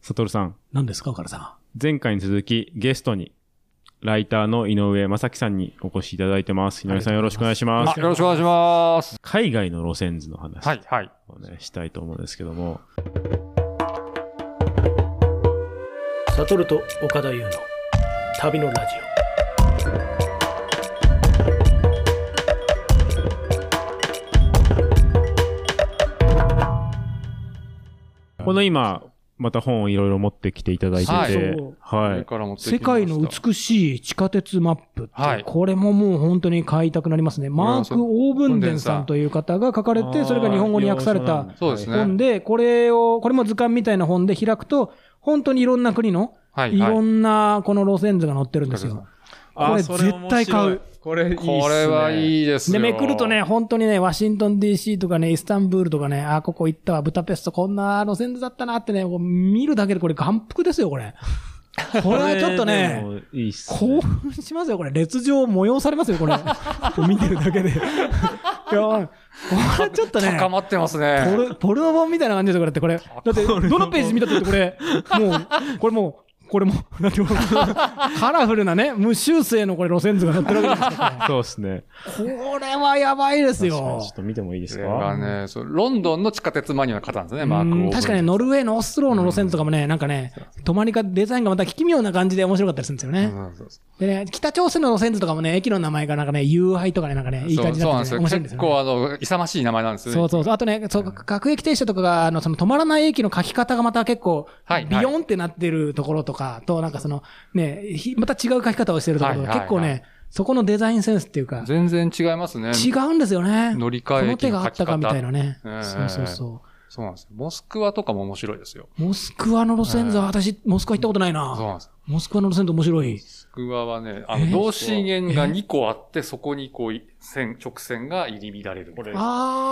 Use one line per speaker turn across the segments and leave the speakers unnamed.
サトルさん、
何ですか、岡田さん。
前回に続きゲストに、ライターの井上正樹さんにお越しいただいてます。井上さんよろしくお願いします。
よろしくお願いします。
海外の路線図の話
はい、はい。
をね、したいと思うんですけども、
サトルと岡田優の旅のラジ
この今、また本をいろいろ持ってきていただいて
はい
て
そう、
は
上
い。
から持ってきま
世
した
界の美しい地下鉄マップって、
はい
これももう本当に買いたくなりますね。マーク・オーブンデンさんという方が書かれて、それが日本語に訳された
そうですね
本で、これを、これも図鑑みたいな本で開くと、本当にいろんな国の、
はい、
いろ
はい。
んなこの路線図が載ってるんですよ。
あ
これ
ーそ面白い
絶対買う。
これいいっすね。
これはいいです
で、
よ。
めくるとね、本当にね、ワシントン DC とかね、イスタンブールとかね、あ、ここ行ったわ、ブタペスト、こんな路線図だったなってね、こう見るだけでこれ、感服ですよ、こ れ。こ
これ
れはちょっと
で
ね、
もいいっすね
興。奮しますよ、これ。列状催されますよ、これ。こう見てるだけで。いや、これちょっとね、
高まってます
ポ
ね。
ルポルノ本みたいな感じですよ、これって。これ。だって、どのページ見たって、これ、もう、これもう、これも、なんていうのカラフルなね、無修正のこれ路線図が載ってるわけですから
そうですね。
これはやばいです
確か
よ
にちょ。っと見てもいいです
それが
か
ね、そうロンドンの地下鉄マニアの方なんですね、マークオー
う
ブ
ん
ン。
確かにねノルウェーのオスローの路線図とかもね、なんかね、泊まりかデザインがまた奇妙な感じで面白かったりするんですよ
う
ね。
んそうそう
でね、北朝鮮の路線図とかもね、駅の名前がなんかね、友愛とかね、なんかね、いい
そ
感
う
じ
そうなん
なん
です
で
よ。
面白いんです
結
よね。
構、あの、勇ましい名前なんですね。
そうそうそう。あとね、そう、各駅停車とかが、あの、その止まらない駅の書き方がまた結構
はい、
ビヨンってなってるところとかと、なんかその、ね、ひまた違う書き方をしてるところとか、
はいはい
結構
は
ね、そこのデザインセンスっていうか、
全然違いますね。
違うんですよね。
乗り
こ
換え
の
駅
手が
の
あ
書
っ
き
た
方
かみたいなね。
ええ
そうそうそう。
そうなんですよ。モスクワとかも面白いですよ。
モスクワの路線図は私、モスクワ行ったことない
そう
な。
なんですよ。
モスクワの路線図面白い。
モスクワはね、あ
え
の、
ー
同心円が2個あって、そこにこう、線、直線が入り乱れるみたいな。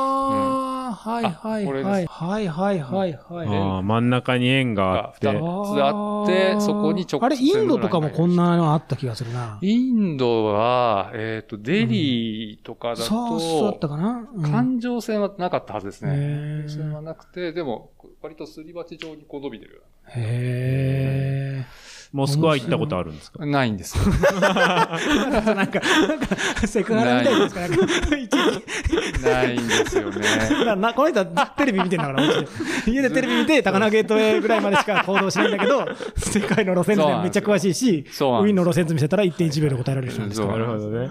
あー、はいはい
これ
はい。はいはいはいはい。
あー真ん中に円があって、
二つあって
あー
そこに直線
あれ、インドとかもこんなのあった気がするな。
インドは、えっ、と、デリーとかだと、
そう、そうだったかな。うん
環状線はなかったはずです
へ
ね。
ー
それはなくて、でも、割とすり鉢状にこう伸びてる。
へ
モスクワ行ったことあるんですか
ないんですよ。
ー。なんか、なんか、セクハラみたいですから、なんか、一時
ないんですよね。
期ななこの人はテレビ見てんだから、うちで家でテレビ見て、高輪ゲートウェイぐらいまでしか行動しないんだけど、世界の路線図にはめっちゃ詳しいし、ウ
そうなんで
ィ
す
ーンの路線図見せたら1.1秒で答えられる人なんですから
そう
ね。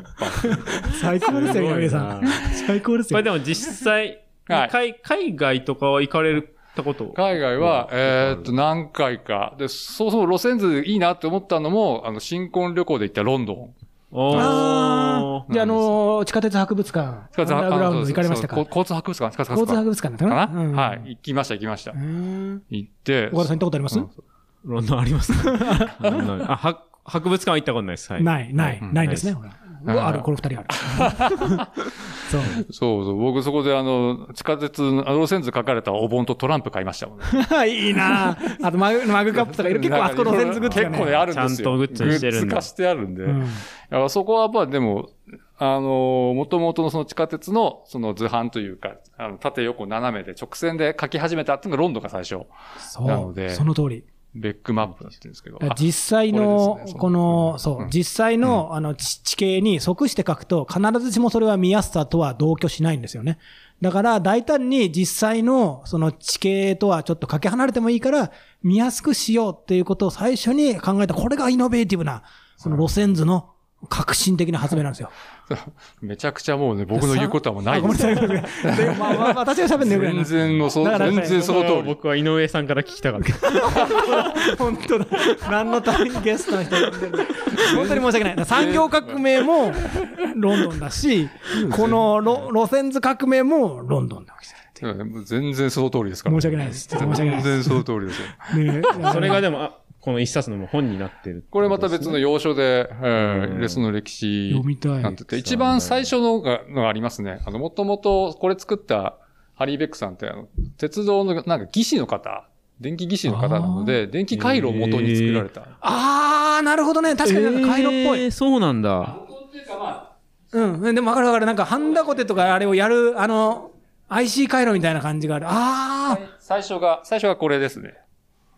最高ですよ、井上さ
すごい
ん
な。
最高です
こ
よ
れ。でも実際、
はい
海海外とかは行かれたこと
海外は、えっと、何回か。で、そもそも路線図いいなって思ったのも、あの、新婚旅行で行ったロンドン。
お
あ
ー
あ、じゃあ、あのー、地下鉄博物館、アンダーグラウンド行かれましたか
そうそう交通博物館交通
交
博
通博
物
物館だったか
館か
な
な、
うん
はい。行きました、行きました
う。ん
行って。
岡田さん行ったことあります
うん
ロンドンあり ますねロンドンあ、は博物館は行ったことないです。はい。
ない、ない、
うん
ないですね。
な
ほら
うん
うわある、この二人ある。 そう。
そうそう。僕そこであの、地下鉄の、あの路線図書かれたお盆とトランプ買いました もんね。
いいなああとマグ、マグカップとかいる。結構あそこ路線作ってたね。
結構ね、あるんですよ。
ちゃんとグッズにしてるんだ
グッズ化してあるんで。
うん
やっぱそこはやっぱでも、あの、元々のその地下鉄の、その図版というか、あの、縦横斜めで直線で書き始めたっていうのがロンドンが最初。なの
そ
で
う。その通り。
ベックマップだって言うんですけど。
実際
これ
の
ですねそ、う
この、そうう、
ん
実際の、あの、地地形に即して書くと、必ずしもそれは見やすさとは同居しないんですよね。だから、大胆に実際の、その地形とはちょっとかけ離れてもいいから、見やすくしようっていうことを最初に考えた、これがイノベーティブな、その路線図の革新的な発明なんですよ。
めちゃくちゃもうね、僕の言うことはもうない
あご
で
めんなさい、
す
ごめんなさい。でもまあまあ、私が喋んねよくらい
全
な。
然の、そ
だから
全然その
そ
通
う
り。
僕は井上さんから聞きたか った。
本当だ。何のためにゲストの人呼んでるんだ 本当に申し訳ない。だから産業革命もロンドンだし、このろ路線図革命もロンドンだわけじゃない。
うん全然その通りですから。
申し訳ないです。申し訳ないで
全然
す。
その通りですよ。
ねえ
それがでも、あ、この一冊の本になってる。
これまた別の。要所で、え
う
ー
ん
レスの歴史
読みたい
になってて、一番最初のがのがありますね。あの、もともとこれ作ったハリー・ベックさんって、あの、鉄道のなんか技師の方、電気技師の方なので、電気回路を元に作られた。
あー、なるほどね。確かになんか回路っぽい。
えーそうなんだ。
うん。でもわかるわかる。なんかハンダコテとかあれをやる、あの、IC 回路みたいな感じがある。あー。
最初が、最初がこれですね。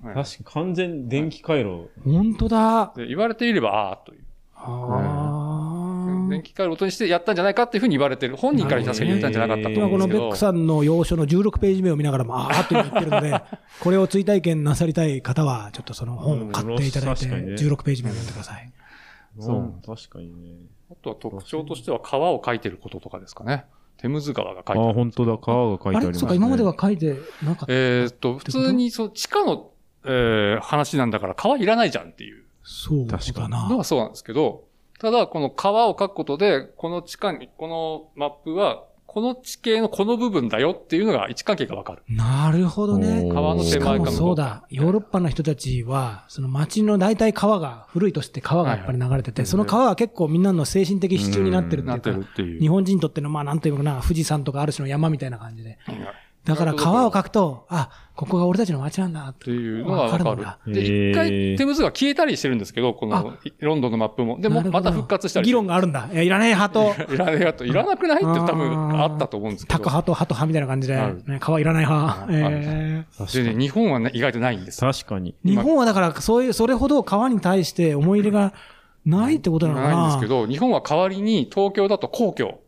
はい
確か完全電気回路。
本当だ。
で言われていれば、ああ、という。
あー
電気回路を音にしてやったんじゃないかっていうふうに言われてる。本人から確かに言ったんじゃなかったと
今
思
こ
うんで
のベ
すけど。
ックさんの要所の16ページ目を見ながらも、あーって言ってるので、これを追体験なさりたい方は、ちょっとその本を買っていただいて、
うん確かにね、
16ページ目を読んでください。
そうん
確かにね。
あとは特徴としては川を描いてることとかですかね。テムズ川が描いて
あ
る
あ、。本当だ。川が書いて
あ
あり
れ
ます、
そ
ね。
うか、今までは書いてなかった。
えーっと、普通にそう地下の、えー話なんだから川いらないじゃんっていう
そう
確か
だ
に
な
の。はそうなんですけど、ただこの川を描くことで、この地下に、このマップは、この地形のこの部分だよっていうのが位置関係がわかる。
なるほどね。
川の手
し
前か
から
の
もそうだ、ヨーロッパの人たちは、その町の大体川が、古いとして川がやっぱり流れてて、
はい
その川は結構みんなの精神的支柱になってるって
な
いう
ってる
か、
っていう。
日本人にとっての、まあなんていうのかな、富士山とかある種の山みたいな感じで。
うんっ
だから川を描くと、あ、ここが俺たちの町なんだって
ていうのがわ
わかるん
か
だ
る。で、
へー
一回テムズ川消えたりしてるんですけど、この
あ
ロンドンのマップも。で
な
も、
るほど
また復活したり。
議論があるんだ。いやいらねえ派 と、
いらないやと、いらなくないって多分あったと思うんですけ
タ
ど。
ク派とハト派みたいな感じで、
ある
ね、川いらない派。
ある
えー
確
で
か
ね、
に。
日本はね、意外とないんです。
確かに。
日本はだから、そういう、それほど川に対して思い入れがないってことなのかな。
ないんですけど、日本は代わりに東京だと皇居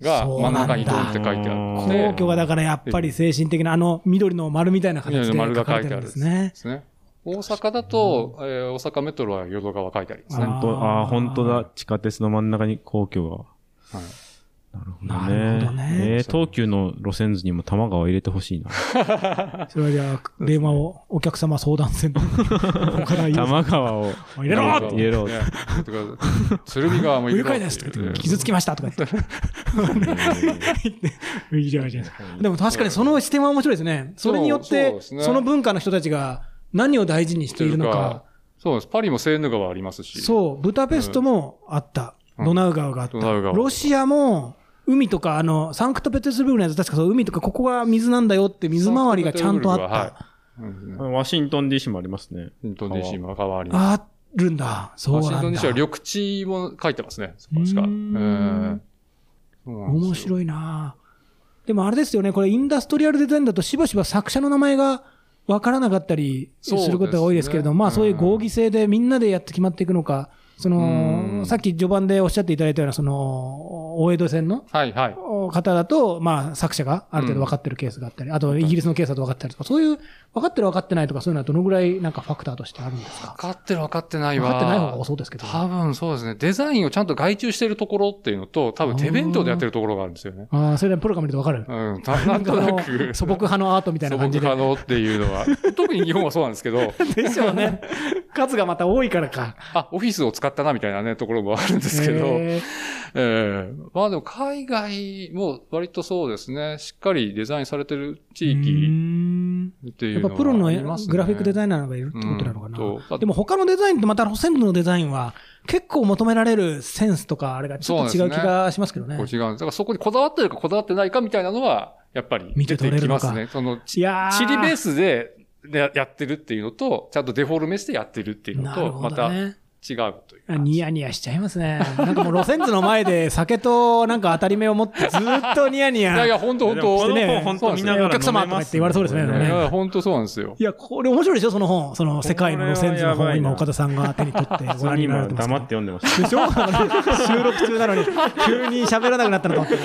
が
そう
真
なんんだ
中にドンって書いてあ
皇
皇
るで
居がだからやっぱり精神的な、あの緑の丸みたいな形で
緑の丸
書
が
か
書
れ
い
て
て
る
あ
ん
る
ですね。
すね。大阪だと、えー大阪メトロは淀川書いてありますね。
本当ああー、本当だ。地下鉄の真ん中に皇居が。
はい
なるほどね。
なるほどね
えー東急の路線図にも多摩川を入れてほしい な。
それはじゃあ、電話をお客様相談 センターにから
多
言う。
摩川を
入れろ
入れろ
ね言ってください鶴見川も
不愉
入れろ っ
快
ていう
ですとか言って、傷つきましたとか言っ て。 いいじゃないですか。でも確かにその視点は面白いですね。それによっ
そう
て
そうで、すね
その文化の人たちが何を大事にしているのか。。
そうです。パリもセーヌ川ありますし。
そう、ブダペストもあった。
うん
ドナウ川があった。
ドナウ川
ロシアも、海とか、あの、サンクトペテルスブルクのやつ、確かそう、海とか、ここが水なんだよって水回りがちゃんとあった。
う。うんワ
ワシントン DC もありますね。
シントン DC も川あります
あるんだ。そう
ワ
なん
シ
だ。
ントン DC は緑地も書いてますね。そこ確か。
う
う
ーん
ん。面
面白いなぁでもあれですよね、これインダストリアルデザインだとしばしば作者の名前がわからなかったりす
そうですね
ることが多いですけれども、まあそういう合議制でみんなでやって決まっていくのか、そうの、
ん
さっき序盤でおっしゃっていただいたような、その、大江戸線の
はいはい。
方だと、まあ作者がある程度分かってるケースがあったり、あとイギリスのケースだと分かったりとか、そういう分かってる分かってないとかそういうのはどのぐらいなんかファクターとしてあるんですか
分かってる分かってない
分
わ。
かってない方が多そうですけど。
多分そうですね。デザインをちゃんと外注してるところっていうのと、多分手弁当でやってるところがあるんですよね。
ああ、それでプロが見ると分かる。
うん。たなんとな
あの
く。
素朴派のアートみたいな
素
感
朴
じで
可。能っていう のは。特に日本はそうなんですけど、
でしょう ね。数がまた多いからか。
あ、オフィスを使ったなみたいなね、ところもあるんですけ ど、え
へー
えまあでも海外も割とそうですね、しっかりデザインされてる地
うー
域
ん
ってい
やっ
う
ぱ
の
プロの
はあ
え
りますね。
グラフィックデザ
イ
イナーがいるってことなのかな。
うんと
でも他のデザインとまた路線図のデザインは結構求められるセンスとかあれがちょっと違う気がしますけどね。
こう違うんです。だからそこにこだわってるかこだわってないかみたいなのは、やっぱり
見て取
出て
れ
き
るの
ま
か
すね。その、ち
いや
チリベー
ス
スでややってるっていうのと、ちゃんとデフォルメしてやってるっていうの
なる
と、
ほ
ま
ど
た違
ね
うという。
あニヤニヤしちゃいますね。なんかもう路線図の前で酒となんか当たり目を持ってずーっとニヤニ
いや
ヤ。
い
い
や、本当本当
でも
い
ね
本当見ながら
お客様とか言って言われそうですね
飲めま
やい
ね
や、本当そうなんですよ。
や、これ面白いでしょその本。その世界の路線図の
これはやば
本
いな
今岡田さんが手に取ってご覧になら
今
れてますけ
黙
ど。
って読んでました。
でしょ 収録中なのに、急に喋らなくなったのと思ってね。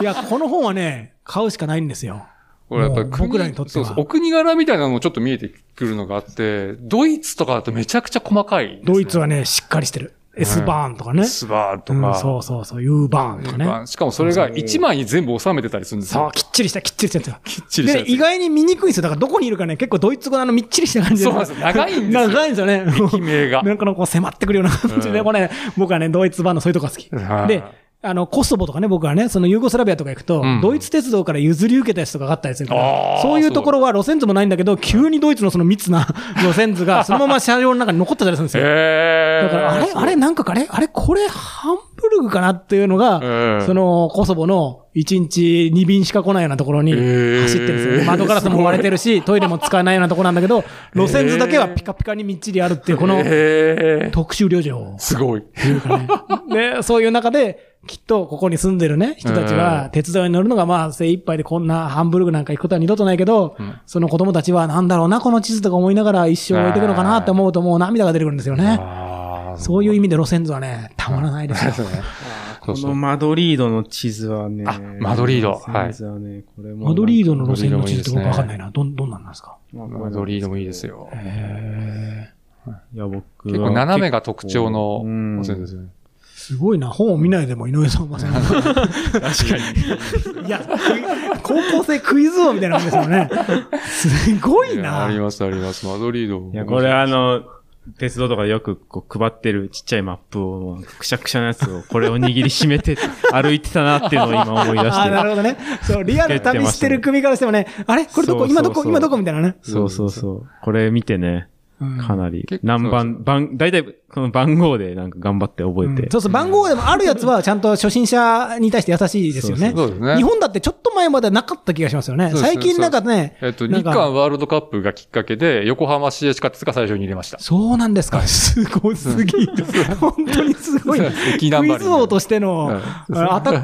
いや、この本はね、買うしかないんですよ。
これやっぱり
もう
国
僕らにとっては
そうそうお国柄みたいなのもちょっと見えてくるのがあって、ドイツとかだとめちゃくちゃ細かいですね、
ドイツはね、しっかりしてる。S バーンとかね。
スバーンと
うん、
か、
そうそうそう、U バーンとかね。
しかもそれが1枚に全部収めてたりするんです
そ
よ
う、。きっちりした、きっちりしたやつが。
きっちりしたやつ
で、意外に見にくいんですよ。だからどこにいるかね、結構ドイツ語のあのみっちりした感じ
そうなんですよ長いんです よ
長いんですよ ね。
悲鳴が。
なんかこう迫ってくるような感じで、
うん
これね、僕はね、ドイツ版のそういうとこが好き。
はい
で、あの、コソボとかね、僕はね、そのユーゴスラビアとか行くと、
うん
ドイツ鉄道から譲り受けたやつとかがあったりするから
あ、ー
そういうところは路線図もないんだけど、急にドイツのその密な 路線図 が、そのまま車両の中に残ってたりするんですよ。
え
だ
ー、
から、あれ、あれ、なんかあれ、あれ、これ、ハンブルルグかなっていうのが、そのコソボの1日2便しか来ないようなところに走ってるんですよ
え
ね。
ー
窓ガラスも割れてるし、トイレも使えないようなところなんだけど、路線図だけは
えー
ピカピカにみっちりあるっていう、この
えー
特殊旅 情。
すごい。
で、そういう中で、きっとここに住んでるね、人たちは、鉄道に乗るのがまあ精一杯でこんなハンブルグなんか行くことは二度とないけど、
うん
その子供たちはなんだろうな、この地図とか思いながら一生置いていくのかなって思うともう涙が出てくるんですよね。
あー
そういう意味で路線図はね、たまらない ですよ。
そうねそ
こ
うそ
の
う
マドリードの地図はね。
あマドリードはい
地図はね、これも。
マドリードの
なん
路
か
線の地図って僕わかんないな。どん、どんなんなんですか
マドリードもいいです。よ。
いや、僕は。
結構斜めが特徴の
うん
路線ですよね。
すごいな。本を見ないでも井上さんはそんな。
確かに。
いや、 高校生クイズ王みたいなもんですよね。すごい
いやあり
な。
ます、あります。マドリードも。
いや、これあの、鉄道とかでよくこう配ってるちっちゃいマップを、くしゃくしゃなやつを、これを握りしめて歩いてたなっていうのを今思い出
ああ、な
して。
るほどね。そう、リアル旅してる組からしてもね、あれこれどこ
そうそうそう
今どこ今どこみたいなね。
そうそうそう。これ見てね、
うん
かなり
結。構
何番、番、大体この番号でなんか頑張って覚えて。
そうそう、番号でもあるやつはちゃんと初心者に対して優しいですよね。
そうですね。
日本だってちょっと前まではなかった気がしますよね。
そうです
最近なんかね、
えっと、
な
日
んか
韓ワールドカップがきっかけで、横浜 CH カッツが最初に入れました。
そうなんですか。すごす ぎる。本当にすごい。
そうですキーナン
ク
バ
イ
リング
ズ王としての、
はい
あアタッ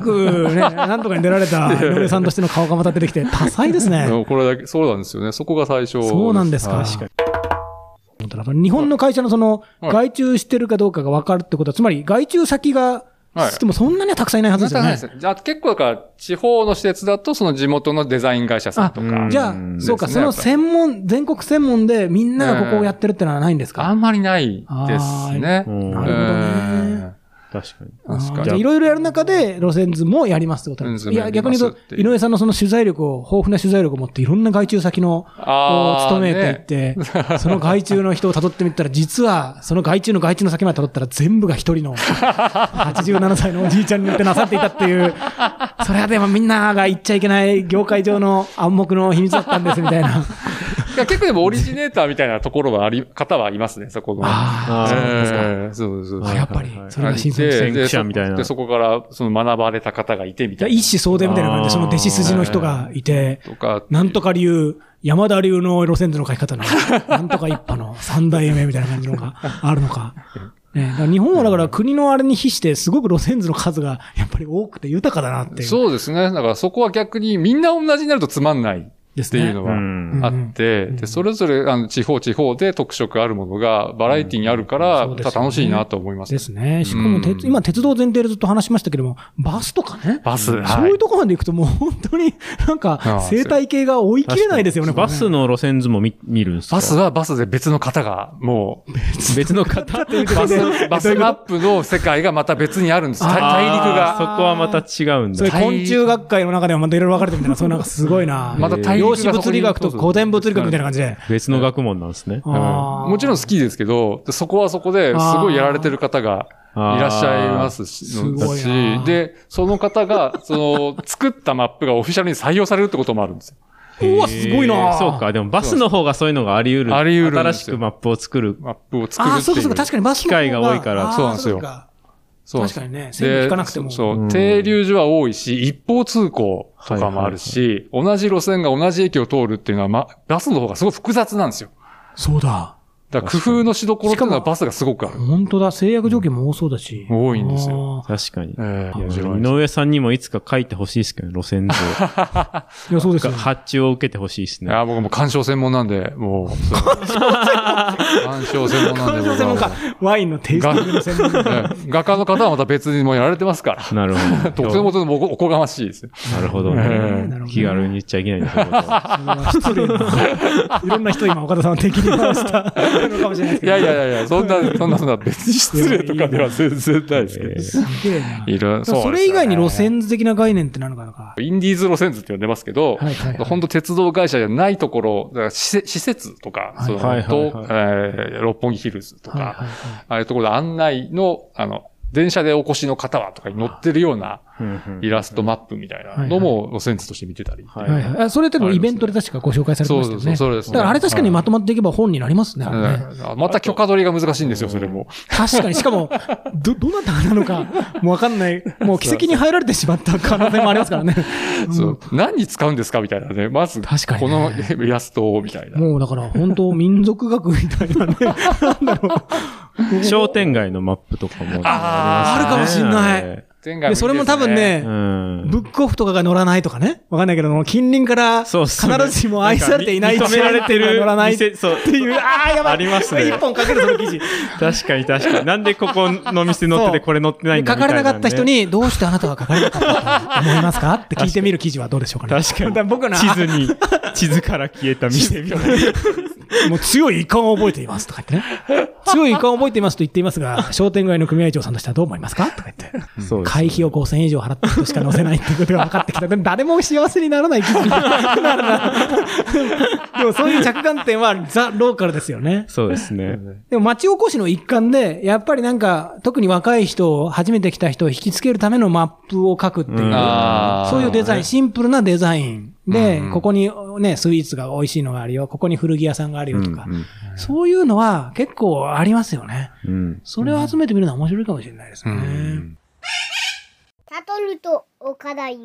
クね、なんとかに出られ た井上さんとしての顔がまた出てきて、多彩ですね。
これだけ、そうなんですよね。そこが最初です。
そうなんですか。
はい
本当だ日本の会社のその、
はい
外注してるかどうかが分かるってことは、つまり外注先が、
はい
でもそんなにはたくさんいないはず
な
で
ん
すよ
か
ね。
ないですね。じゃあ結構だから、地方の施設だと、その地元のデザイン会社さんと
あう
か
ん。
じゃあ、
うん
そうか、
です
そ
ね
の専門、全国専門でみんながここをやってるってのはないんです
あ
か、
んまりないですね。
うん
なるほどね
うん
確かに。
あ
確か
ー
に
じゃあいろいろやる中で路線図もやりますってことなんですか
うん
いや、逆に言う
やります
と、
ってい
井
う
上さんのその取材力を、豊富な取材力を持って、いろんな外注先の、を
あー
務めていって、その外注の人を辿ってみたら、実は、その外注の外注の先まで辿ったら、全部が一人の、87歳のおじいちゃんに乗ってなさっていたっていう、それはでもみんなが言っちゃいけない業界上の暗黙の秘密だったんですみたいな。
いや結構でもオリジネーターみたいなところはあり、方はいますね、そこの。
あ
そうなんですか
えーそうそう
あ、
そう。
やっぱ
はい
り
はいは、い
それが新鮮で
あ
す。
り先駆者みたいな
で、そこから、その学ばれた方がいてみたいな。
一子相伝みたいな感じで、その弟子筋の人がいて、
とか。
なんとか流、山田流の路線図の書き 方の、なんとか一派の三代目みたいな感じのがあるの か。ね、だから日本はだから国のあれに比して、すごく路線図の数がやっぱり多くて豊かだなっていう。
そうですね。だからそこは逆にみんな同じになるとつまんないっ
です
て
ね
いうのは
うん
あって、
うん
で、それぞれあの地方地方で特色あるものがバラエティにあるから、
うん
た楽しいなと思います。
ですね。しかも鉄、
うん
今鉄道前提でずっと話しましたけども、バスとかね。
バス、
そう。
はいいう
とこまで行くともう本当に なん
あ
か
あ
生態系が追い切れないですよね、
バスの路線図も見見るんですか
バスはバスで別の方が、もう、
別の 方っていう
バス、バスマップの世界がまた別にあるんです。大大陸
あーそ
が。
こはまた違うん
そ
だ
れ。昆虫学会の中でもまたいろいろ分かれてるみたいな、そうなんかすごいな。
また
量
大陸が
子物理学と古典物理学みたいな感じで。
別の学問なんですね。
ああ
もちろん好きですけど、そこはそこですごいやられてる方がい
あー
らっしゃいますし、
あー
の
す
だ
ごいな
しで、その方が、その、作ったマップがオフィシャルに採用されるってこともあるんですよ。
うわ、すごいな
へーそうか、でもバスの方がそういうのがあり得る。
あり得るんで
新
すよ
しくマップを作る。
マップを作るっていう。
ああ、そうかそうか、確かにバスの
機
方
会が多いから
あー
そうなんですよ
うか
そうなんです
確かにね、線路
で
引かなくても。
そうう、
ん
停留所は多いし、一方通行とかもあるし、同じ路線が同じ駅を通るっていうのは、ま、バスの方がすごい複雑なんですよ。
そうだ。
だから工夫のしどころっていうのはバスがすごくある。
本当だ、制約条件も多そうだし。
うん多いんですよ
あ
確かに。
ええ
いや
面白い
井上さんにもいつか書いてほしいですけど、路線図を。
ー。いや、そうです よ。
発注を受けてほしいです
い
ね。
や、僕はもう鑑賞専門なんで、 もう。鑑賞専門なんで。
鑑賞専門家
僕はもう、
ワインのテイスティングの専門家。
ええ画家の方はまた別にもうやられてますから。
なるほ
とて
ど。
もとてもおこがましいですよ。
なるほど
え
ね
えなるほどね。
気軽に言っちゃいけないんだけど。
それは失礼ないろんな人今、岡田さんを敵に回したのかもしれないですけ
い
ど。
やいやいやいや、そんな、そんな、そんな、別に失礼とかでは全然ないですけど
え。ー
すげえな。
いろいろ
そう
ですよね
れ以外に路線図的な概念ってなのかなか。
インディーズ路線図って呼んでますけど、
はいはいはい
本当鉄道会社じゃないところ、だから施設施設とか、
はい
その
はいはいはい
とえー六本木ヒルズとか、
はいはいはい
ああいうところで案内の、あの、電車でお越しの方はとかに載ってるような
うんうん
イラストマップみたいなのも路線図として見てたり。
はい
はいはいあ。それ多分イベントで確かご紹介されてましたよね。
そうそうそうそうです
だからあれ確かにまとまっていけば本になりますね。あれね
うんまた許可取りが難しいんですよ、それも。
確かに。しかも、ど、どなたなのか、もうわかんない。もう奇跡に入られてしまった可能性もありますからね。うん
そう。何に使うんですかみたいなね。まず、こ
確かに
の
ね
イラストを、みたいな。
もうだから本当民族学みたいなね。なんだろう。
商店街のマップとかもりますね。
あ
ーあるかもしんない
れ
前回
で、それも多分ね、
うん。
ブックオフとかが乗らないとかね。わかんないけど、近隣から必
そうっすね
ずしも愛されていない
認められて
乗
る
らないって
店、そう。
いう、ああ、やばい。
ありますね
一本かけるその記事。
確かに確かに。なんでここの店乗っててこれ乗ってないんだ
書
みた
か
いな
れ
ね
なかった人。に、どうしてあなたは書かれなかったと思いますかって聞いてみる記事はどうでしょうかね。
確かに。
だら僕の、
地図に、地図から消えた店みたいな。
もう強い遺憾を覚えていますとか言っ てね。強い遺憾を覚えていますと言っていますが、商店街の組合長さんとしてはどう思いますかとか言って。
そうですね
会費を5000円以上払った人しか載せないっていうことが分かって きた。でも誰も幸せにならない記事になるな。でもそういう着眼点はザ・ローカルですよね。
そうですね。
でも町おこしの一環で、やっぱりなんか、特に若い人を、初めて来た人を引きつけるためのマップを書くっていうう、
ん
あー
そういうデザイン、シンプルなデザインで、
うん
ここにね、スイーツが美味しいのがあるよ、ここに古着屋さんがある
う
よ
ん
とか、そういうのは結構ありますよね。
うん。
それを集めてみるのは面白いかもしれないです
う
ね。
ん。
サトルと岡田優の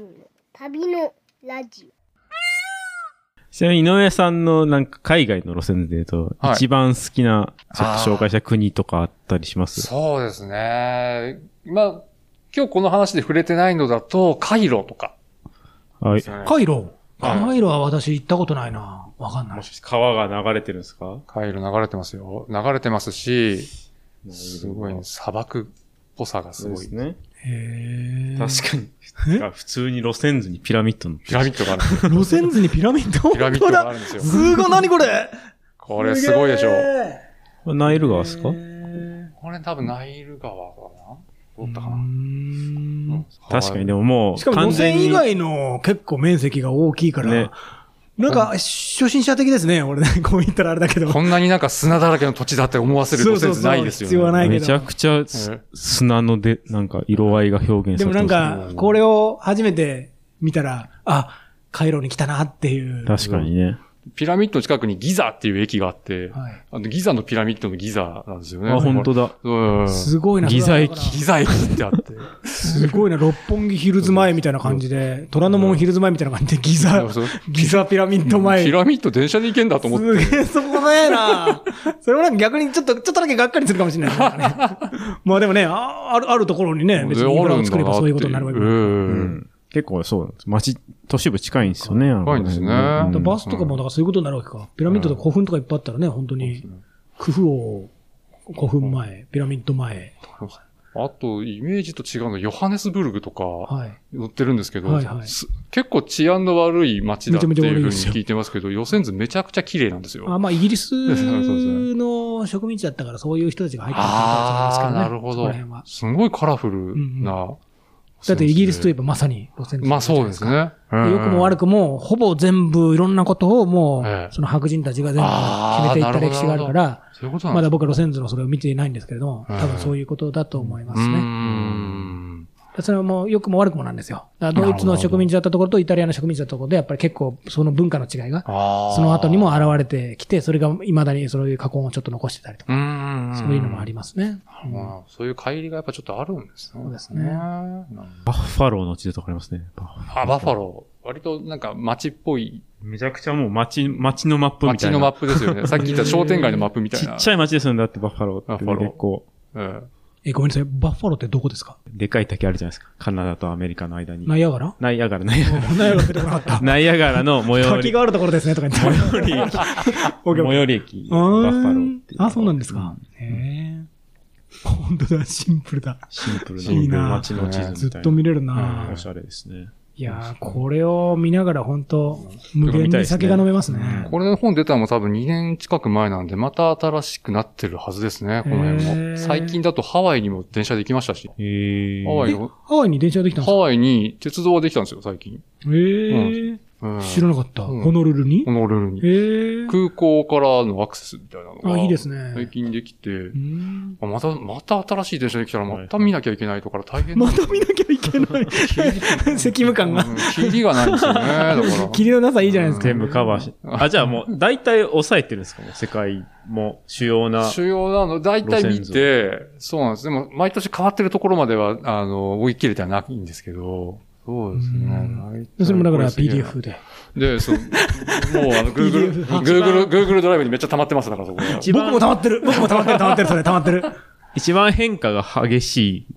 旅のラジオ。
ちなみに井上さんのなんか海外の路線で言うと、
はい
一番好きな、ちょっと紹介した国とかあったりします
そうですね。まあ、今日この話で触れてないのだと、カイロとか
は
で
い
す。ね。
カイロ。
はい
カイロは私行ったことないな。わかんない
も。しかして川が流れてるんですか
カイロ流れてますよ。流れてますし、すごいね、砂漠っぽさがす
そうで
ごい
す。ね。
へー
確かに。普通に路線図にピラミッドの。
ピラミッドがあるんで すよ。
路線図にピラミッド
ピラミッドがあるんですよ。
すごい、何これ
これすごいでしょ。
これナイル川ですか
これ多分ナイル川かなどうだったか
うー
な、
ん
確かに、
ね。
でもも
し
う、
かも
完
路
全
線以
に。
外の結構面積が大きいから、
ね
なんか初心者的ですね、俺ね、こう言ったらあれだけど。
こんなになんか砂だらけの土地だって思わせる路線図ないです
そうそうそう
よね。
必要はないけど
めちゃくちゃす
うん
砂ので、なんか色合いが表現さ
で
れ
も
て
なん
ま
か、これを初めて見たら、あ、カイロに来たなってい
すね。
う。
確かにね。
ピラミッドの近くにギザっていう駅があって、
はい
あのギザのピラミッドのギザなんですよね。
あ、本当だ。
うん。
すごいな、
ギザ駅
だから
ギザ駅ってあって。
すごいな、六本木ヒルズ前みたいな感じで、虎ノ門ヒルズ前みたいな感じで、ギザ
そう、
ギザピラミッド前。
ピラミッド電車で行けんだと思って。
すげえ、そこ早いな。それもなんか逆にちょっと、ちょっとだけがっかりするかもしれないですね、まあでもね、 あある、あるところにね、別にインフラを作ればそういうことになればいい。
う
い。
ん。結構そうなんです。町、都市部近いんですよね。
近いんですね
あの辺ね
だからバスとかもだからそういうことになるわけか。ピラミッドとか古墳とかいっぱいあったらね、本当に、クフ王、古墳前、ピラミッド前とか。
あと、イメージと違うのは、ヨハネスブルグとか、
はい。
乗ってるんですけど、
はいはい
す結構治安の悪い街だっていう
めちゃめちゃ悪
ふう
い
に
ですよ
聞いてますけど、予選図めちゃくちゃ綺麗なんですよ。
あまあ、イギリス
そうそう
の植民地だったから、そういう人たちが入ってきた
ああ
か
ー、
もしれ
な
ないですけどね。
るほ
そこ
ど
ら辺は。。
すごいカラフル
う
な。
だってイギリスといえば
ま
まさに路線
あ、まあそうです。ね。
良くも悪
く
くも、ほぼ全部いろんなことをも
え
う
え、
その白人たちが全部決めていった歴史があるから、
そういうことなん
まだ
です
僕は路線図のそれを見ていないんですけれども、
ええ
多分そういうことだと思いま
ね。
す
うー
ね。
ん。
それはもう良くも悪くもなんですよ。だからドイツの植民地だったところとイタリアの植民地だったところで、やっぱり結構その文化の違いが、
ああ。
その後にも現れてきて、それが未だにそういう過去をちょっと残してたりとか、
うーん。
そういうのもありますね。うん
まあ、そういう乖離がやっぱちょっとあるんですね。
そうですね
なるほど
バッファローの地図とかありますね。
あ、バッファロー。割となんか街っぽい、
めちゃくちゃもう町、町のマップみたい
街
な。
のマップですよね。さっき言った商店街のマップみたい
ち
な。
っち
ゃい。
ゃい町ですよね。だってバッファローって
バッ
ね
ファロー
結構、
え、ごめんなさい。バッファローってどこですか
でかい滝あるじゃないですか。カナダとアメリカの間に。
ナイアガラ
ナイア ガラ、ナイアガラ。
ナイアガラ出てこなかった。
ナイアガラの最寄
滝
り。
があるところですね、とか言って。
最寄 り駅。最寄り駅。
う
バ
ーん
ッファローっていのが
あ、そうなんですか。へ え。本当だ、シンプルだ。
シンプル
いいな
な街の地図みたいな。
ずっと見れるな
うんおしゃれですね。
いやー、これを見ながら本当、無限に酒が飲めますね。
うん
これの本出たのも多分2年近く前なんで、また新しくなってるはずですね、この辺
へ
も。
ー
最近だとハワイにも電車で行きましたし。
へ
ハワ
ー
イ
え
の、
ハワイに電車ができたんで
ハ
すか
ワイに鉄道ができたんですよ、最近。
へえ。
うん
知らなかった。
うん
ホノルルに
ホノルルに。
へえ。
空港からのアクセスみたいなのが。
あ、いいです
最
ね。
近できて
う、ん
あまた、また新しい電車できたら、また見なきゃいけないとか、大変
また見なきゃいけない。責務感が。
うんキリがないんですよね。だから。
キリのなさいいじゃないですか。
全部カバーし。あ、じゃあもう、大体抑えてるんですかもう世界も主要な。
主要なの、大体見
路
て、そうなんです。でも、毎年変わってるところまでは、あの、追い切れてはないんですけど、そうですね。
うん
大体
それもだから
これすげえな
PDF で。
で、そう、もう あの、Google、
PDF
Google、Google ドライブにめっちゃ溜まってます、だからそこが。
一
僕も
番、
溜まってる。僕も溜まってる、溜まってる、それ、溜まってる。
一番変化が激しい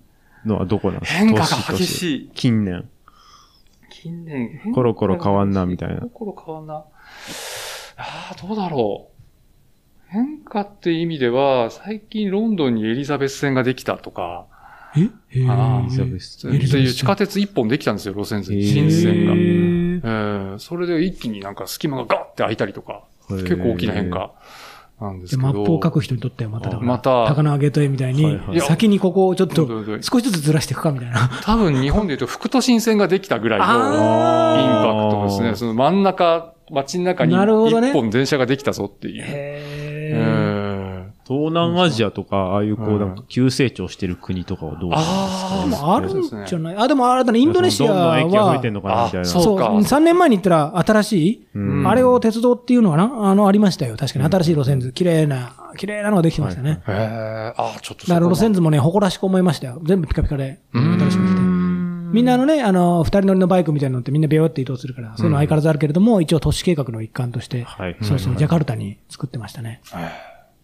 のはどこなんですか
変化が激
い。
しい。
近年。
近年、
コロコロ変わんなみたいな
コロコロ変わんな。ああ、どうだろう。変化って意味では、最近ロンドンにエリザベス線ができたとか、
えへ
あ
エリザベ
ー
ス
そ
線
ういう
リザベス線
地下鉄一本できたんですよ、路線図。
へー
新線が。
へ
え
ー
ーそれで一気になんか隙間がガッて開いたりとか、結構大きな変。化なんです
じ
け
ゃあ
ど。
マップを書く人にとってはまただから、
また、
高輪ゲートウェイみた
は
い
い
に
はい
先にここをちょっ
そ
と
うそうそう
少しずつずらしていくかみたいな。
多分日本で言うと副都心線ができたぐらいの
あ
イ
ー
ンパクトですね。その真ん中、街の中に
なるほどね
一本電車ができたぞっていう。え
へ
ー
東南アジアとか、ああいうこ
う
うんなんか急成長してる国とかはどうなんですか
ーあるんじゃないあ、でもあれだね、インドネシア
どんどん駅が増えてんの
は、
かなみたいな。
あ
そ、
そううか
3年前に行ったら新しい、
うん
あれを鉄道っていうのかなあの、ありましたよ。確かに新しい路線図。綺麗な、綺麗なのができてましたね。
はい
へえ、あ、ちょっと
だから路線
図
図もね、誇らしく思いましたよ。全部ピカピカで、新しく来て。みんなあ
の、
のね、あの、二人乗りのバイクみたいなのってみんなビヨって移動するから、そういうの相変わらずあるけれども、一応都市計画の一環として、
はい
そうそう、
はい
ジャカルタに作ってましたね。
へー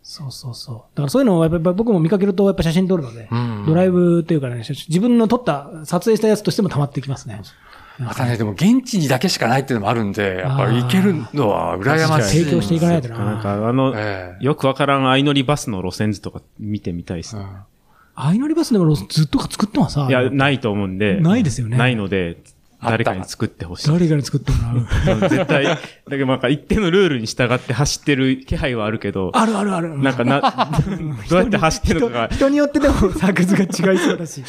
そうそうそう。だからそういうのをやっぱ僕も見かけるとやっぱ写真撮るので、
うん
ドライブというかね、写真自分の撮った、撮影したやつとしても溜まってきますね。
またね、でも現地にだけしかないっていうのもあるんで、やっぱり行けるのは羨ましい。
提供していかないとな。
なんかあの、
ええ
よくわからん相乗りバスの路線図とか見てみたいです
う
ね。
ん
相乗りバスでもずっと作ってますさ。
いや、ないと思うんで。
ないですよね
ないので、
あった
誰かに作ってほしい。
誰かに作ってもらう。
絶対、だけどなんか一定のルールに従って走ってる気配はあるけど、
あるあるある。
なんか な、 どうやって走ってるのか
人人によってでも作図が違いそうだ し。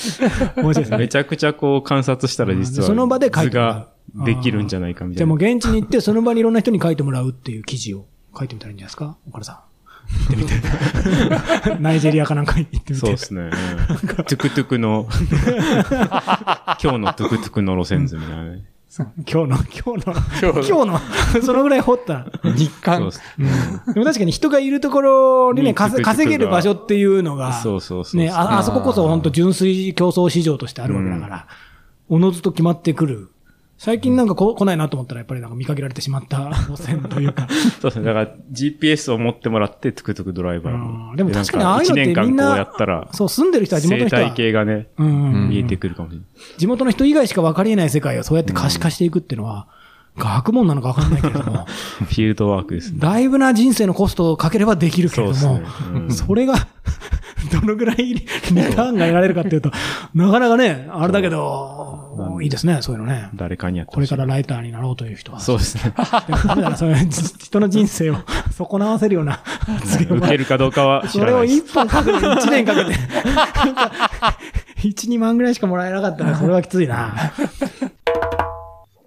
面白いです
が、
ね
め。ちゃくちゃこう観察したら実は、
その場で書いてもらう
図ができるんじゃないかみた
じ
い
ゃあ
な
もう。現地に行って、その場にいろんな人に書いてもらうっていう記事を書いてみたらいいんじゃないですか岡田さん。行って みて。ナイジェリアかなんかに行ってみ
そ
て。
うですね。うん トゥクトゥク の、今日のトゥクトゥクの路線図みたいなね。
今日の、今日の、
今日
今日の、そのぐらい掘った。
日
そう
韓
っ、す
でも確かに人がいるところにね、
に
かせ
行く
稼げる場所っていうのが、
そうそうそうそう
ね、あ、あそここそ本当純粋競争市場としてあるわけだから、おのずと決まってくる。最近なんかこ来ないなと思ったら、やっぱりなんか見限られてしまった路線というか。
そうですね。だから GPS を持ってもらって、トゥクトゥクドライバー
うん
も。
でも確かにああいうのって
一年間
みん
こうや
な
ったら、
そう、住んでる人は地元の
生
人は
態、系がね、
うんうん
見えてくるかもしれない。
地元の人以外しか分かり得ない世界をそうやって可視化していくっていうのは、学問なのか分かんないけれど も、
フィールドワークですね。
だいぶな人生のコストをかければできるけれども、
そ
そ,、
うですねうん
れが、 どのぐらいリターンが得られるかっていうと、なかなかね、あれだけど、いいですね、そういうのね。
誰かにやって
こ
ほ
れ
しい
からライターになろうという人は。
そうですね。
でもダメだなそういう じ人の人生を 損なわせるような発言は
受けるかどうかは知
そ
ら
れ
な
を
いです。
一本書くのに一年か けて、なんか1、2万ぐらいしかもらえなかったら、それはきついな。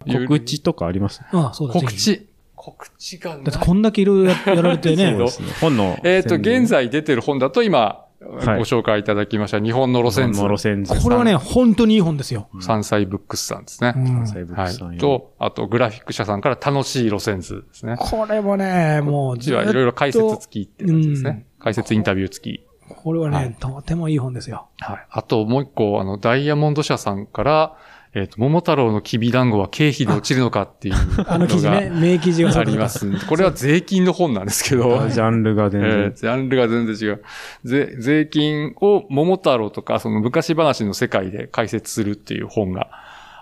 告知とかあります
ああ、そうだ
告
ぜひ
知。告知がない
だってこんだけい ろいろややられてね。
そうですね本の。
えっと、現在出てる本だと今、ご
い
紹介いただきました、日本の路線
本
図
の。路線図。
これはね、本当にいい本ですよ。
山菜ブックスさんですね。
うん
サイブッ
は
クさん
い。
よ
と、あと、グラフィック社さんから楽しい路線図ですね。こ
これもね、もう
っ
ず
ち
っと、
はいろいろ解説付きってやつですね。解説インタビュー付き。
これはね、
はい
とてもいい本ですよ。
はい。あと、もう一個、あの、ダイヤモンド社さんから、えっ、と、桃太郎のきび団子は経費で落ちるのかっていうの が
あの記事 ね、名記事が
ありま。すんで。これは税金の本なんですけど。
ジャンルが全
えー
然。
ジャンルが全然違う。税、税金を桃太郎とか、その昔話の世界で解説するっていう本が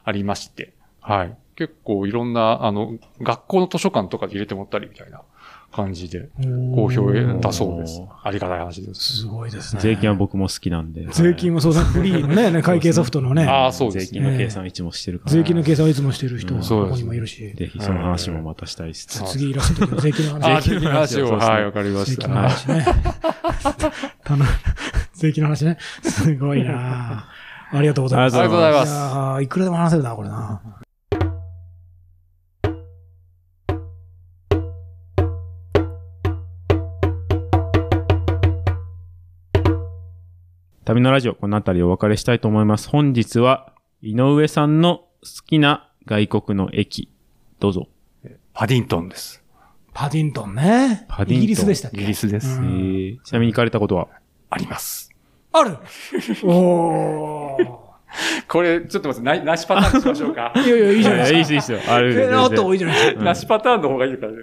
ありまして、はい。結構いろんな、あの、学校の図書館とかで入れてもらったりみたいな感じで、好評だそうです
お。
ありがたい話です。
すごいですね。
税金は僕も好きなんで。
税金もそうだ、フリ ーのね、ね会計ソフトのね、
ああ、そうで
税
す
金
ね。
の計算いつもしてるから。
税金の計算をいつもしてる人は、
そう
こ
です
こにもいるし。
ぜひその話もまたしたいです。
そう
次いらっしゃった時の税金の話。
あ、税金の話を、
そうですね
はい、わかりま
税
した。
金の
はい
話ね。たの、税金の話ね。すごいなあありがとうございま
あ
す。
りがとうご
ざいます
やあいくらでも話せるな、これな。
旅のラジオ、このあたりお別れしたいと思います。本日は、井上さんの好きな外国の駅、どうぞ。
パディントンです。
パディントンね。
パディントン
イギリスでしたっ
イギ
け
リスで
え
す。
ー、ちなみに行かれたことは
あります。
あるおー。
これ、ちょっと待って、ななしパターンにしましょうか。
いやいや、いいじゃない
いやい
で
い
す
です、いいですよ。あ
か。
る
フェードアウト多いじゃないですか。
うん
なしパターンの方がいいからね。